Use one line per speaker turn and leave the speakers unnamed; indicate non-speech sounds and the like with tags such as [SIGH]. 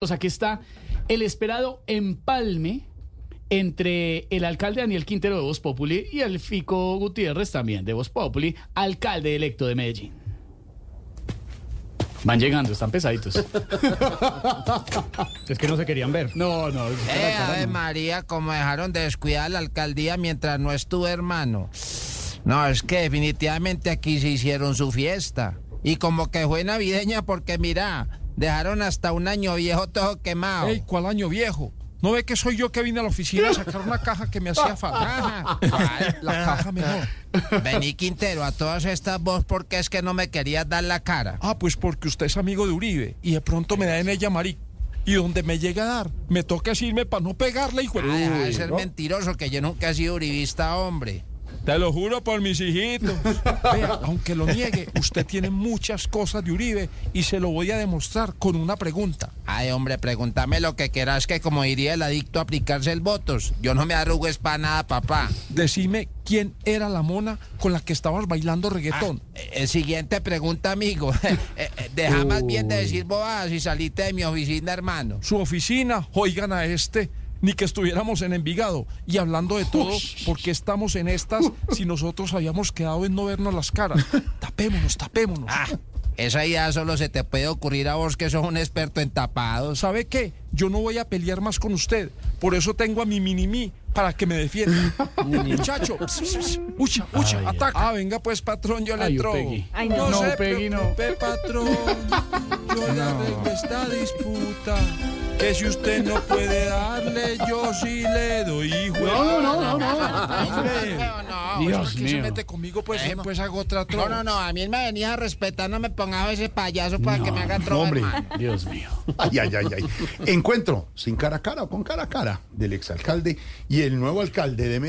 Pues aquí está el esperado empalme entre el alcalde Daniel Quintero de Voz Populi y el Fico Gutiérrez también de Voz Populi, alcalde electo de Medellín. Van llegando, están pesaditos.
[LAUGHS] Es que no se querían ver.
No, no.
Eh, Ave María, como dejaron de descuidar la alcaldía mientras no estuve, hermano. No, es que definitivamente aquí se hicieron su fiesta. Y como que fue navideña porque mira, dejaron hasta un año viejo todo quemado.
Ey, [LAUGHS] ¿cuál año viejo? ¿No ve que soy yo que vine a la oficina a sacar una caja que me hacía falta?
Ajá. Ay,
La caja mejor.
Vení Quintero, a todas estas vos porque es que no me querías dar la cara.
Ah, pues porque usted es amigo de Uribe y de pronto me da en ella maric. Y donde me llega a dar, me toca decirme para no pegarle, hijo.
Ah,
de-
deja de
Uy,
ser
¿no?
mentiroso que yo nunca he sido uribista, hombre.
Te lo juro por mis hijitos. [LAUGHS] Vea, aunque lo niegue, usted tiene muchas cosas de Uribe y se lo voy a demostrar con una pregunta.
Ay, hombre, pregúntame lo que quieras que como diría el adicto a aplicarse el votos. Yo no me arrugues para nada, papá.
Decime quién era la mona con la que estabas bailando reggaetón.
Eh, eh, siguiente pregunta, amigo. [LAUGHS] Eh, eh, Deja más bien de decir bobadas y saliste de mi oficina, hermano.
su oficina, oigan a este, ni que estuviéramos en Envigado. Y hablando de todo, ¿por qué estamos en estas si nosotros habíamos quedado en no vernos las caras? Tapémonos, tapémonos.
Ah, esa idea solo se te puede ocurrir a vos que sos un experto en [LAUGHS] tapados.
Ah, ¿Sabe qué? Yo no voy a pelear más con usted. Por eso tengo a mi mini-mí para que me
[LAUGHS]
defienda. Muchacho, ps, ps, ps, ucha, ucha, ataca. Ah, venga pues, patrón, yo le
Ay,
entro.
Upegui.
Ay, no.
No,
se
Upegui, no.
preocupe, patrón. Yo le arreglo esta disputa. Que si usted no puede darle, yo sí le doy, hijo. de-
No, no, no, no.
Hombre.
no.
Dios
¿Por qué
mío.
se mete conmigo? Pues,
Eh,
pues hago otra
No,
trova.
no, no, a mí me venía a respetar, no me pongas ese payaso para que me haga
No,
trova,
hombre,
hermano.
Dios mío.
Ay, ay, ay, ay. Encuentro sin cara a cara o con cara a cara del exalcalde y el nuevo alcalde de Medellín.